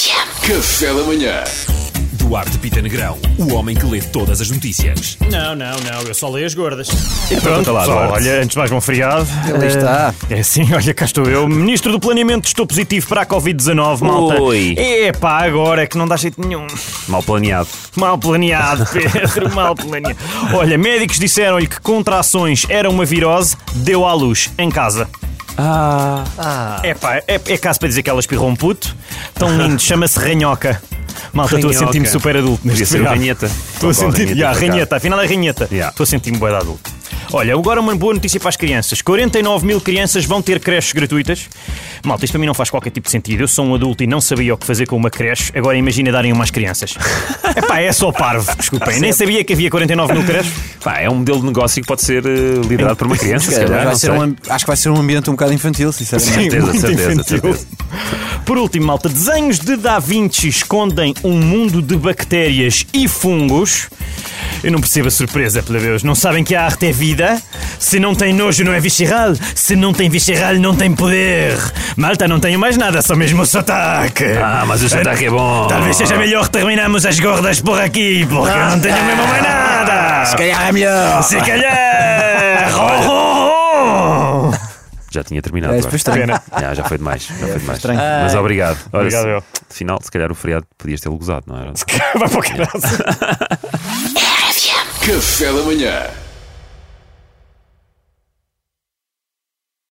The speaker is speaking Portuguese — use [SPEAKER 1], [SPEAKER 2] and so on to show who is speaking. [SPEAKER 1] Café da manhã.
[SPEAKER 2] Duarte Pita Negrão, o homem que lê todas as notícias.
[SPEAKER 3] Não, não, não, eu só leio as gordas.
[SPEAKER 4] Pronto,
[SPEAKER 2] lá,
[SPEAKER 4] pessoal,
[SPEAKER 2] Duarte.
[SPEAKER 4] olha, antes de mais, bom feriado.
[SPEAKER 5] Ele
[SPEAKER 4] Eh,
[SPEAKER 5] está.
[SPEAKER 4] É sim, olha, cá estou eu. Ministro do Planeamento, estou positivo para a Covid-19, malta.
[SPEAKER 2] Ui.
[SPEAKER 4] Epá, agora é que não dá jeito nenhum.
[SPEAKER 2] Mal planeado.
[SPEAKER 4] Mal planeado, Pedro, mal planeado. Olha, médicos disseram-lhe que contrações era uma virose, deu à luz, em casa. Ah. Epá, é, é caso para dizer que ela espirrou um puto. Tão lindo, chama-se ranhoca. Malta, estou a
[SPEAKER 2] Ranhoca.
[SPEAKER 4] sentir-me super adulto neste
[SPEAKER 2] Devia ser o
[SPEAKER 4] feriado.
[SPEAKER 2] Ranheta.
[SPEAKER 4] Estou a sentir. Ya, ranheta, afinal é ranheta. Estou
[SPEAKER 2] Ya.
[SPEAKER 4] a sentir-me bué de adulto. Olha, agora uma boa notícia para as crianças. 49 mil crianças vão ter creches gratuitas. Malta, isto para mim não faz qualquer tipo de sentido. Eu sou um adulto e não sabia o que fazer com uma creche. Agora imagina darem uma às crianças. Epá, é só parvo, desculpem. Nem sabia que havia 49 mil creches.
[SPEAKER 2] Pá, é um modelo de negócio que pode ser eh, liderado por uma criança, se
[SPEAKER 5] Cara,
[SPEAKER 2] calhar.
[SPEAKER 5] vai
[SPEAKER 2] não
[SPEAKER 5] ser
[SPEAKER 2] sei.
[SPEAKER 5] um am- acho que vai ser um ambiente um bocado infantil, sinceramente.
[SPEAKER 2] certeza,
[SPEAKER 4] muito
[SPEAKER 2] certeza,
[SPEAKER 4] infantil.
[SPEAKER 2] certeza.
[SPEAKER 4] Por último, malta, desenhos de Da Vinci escondem um mundo de bactérias e fungos. Eu não percebo a surpresa, plebeus. Não sabem que a arte é vida? Se não tem nojo, não é visceral. Se não tem visceral, não tem poder. Malta, não tenho mais nada, só mesmo o sotaque.
[SPEAKER 2] Ah, mas o sotaque é bom.
[SPEAKER 4] Talvez seja melhor terminarmos as gordas por aqui, porque eu não tenho mesmo mais nada.
[SPEAKER 2] Ah,
[SPEAKER 4] Se
[SPEAKER 5] calhar é melhor.
[SPEAKER 4] Se calhar. Oh, oh, oh.
[SPEAKER 2] Já tinha terminado.
[SPEAKER 5] É,
[SPEAKER 2] Duarte.
[SPEAKER 5] foi estranho.
[SPEAKER 2] Já, já foi demais. Já foi demais.
[SPEAKER 5] estranho.
[SPEAKER 2] Mas obrigado. Olha,
[SPEAKER 4] Obrigado,
[SPEAKER 2] se-
[SPEAKER 4] eu.
[SPEAKER 2] Afinal, se calhar o feriado podias ter gozado, não era?
[SPEAKER 4] Vai para o caralho.
[SPEAKER 1] Café da manhã.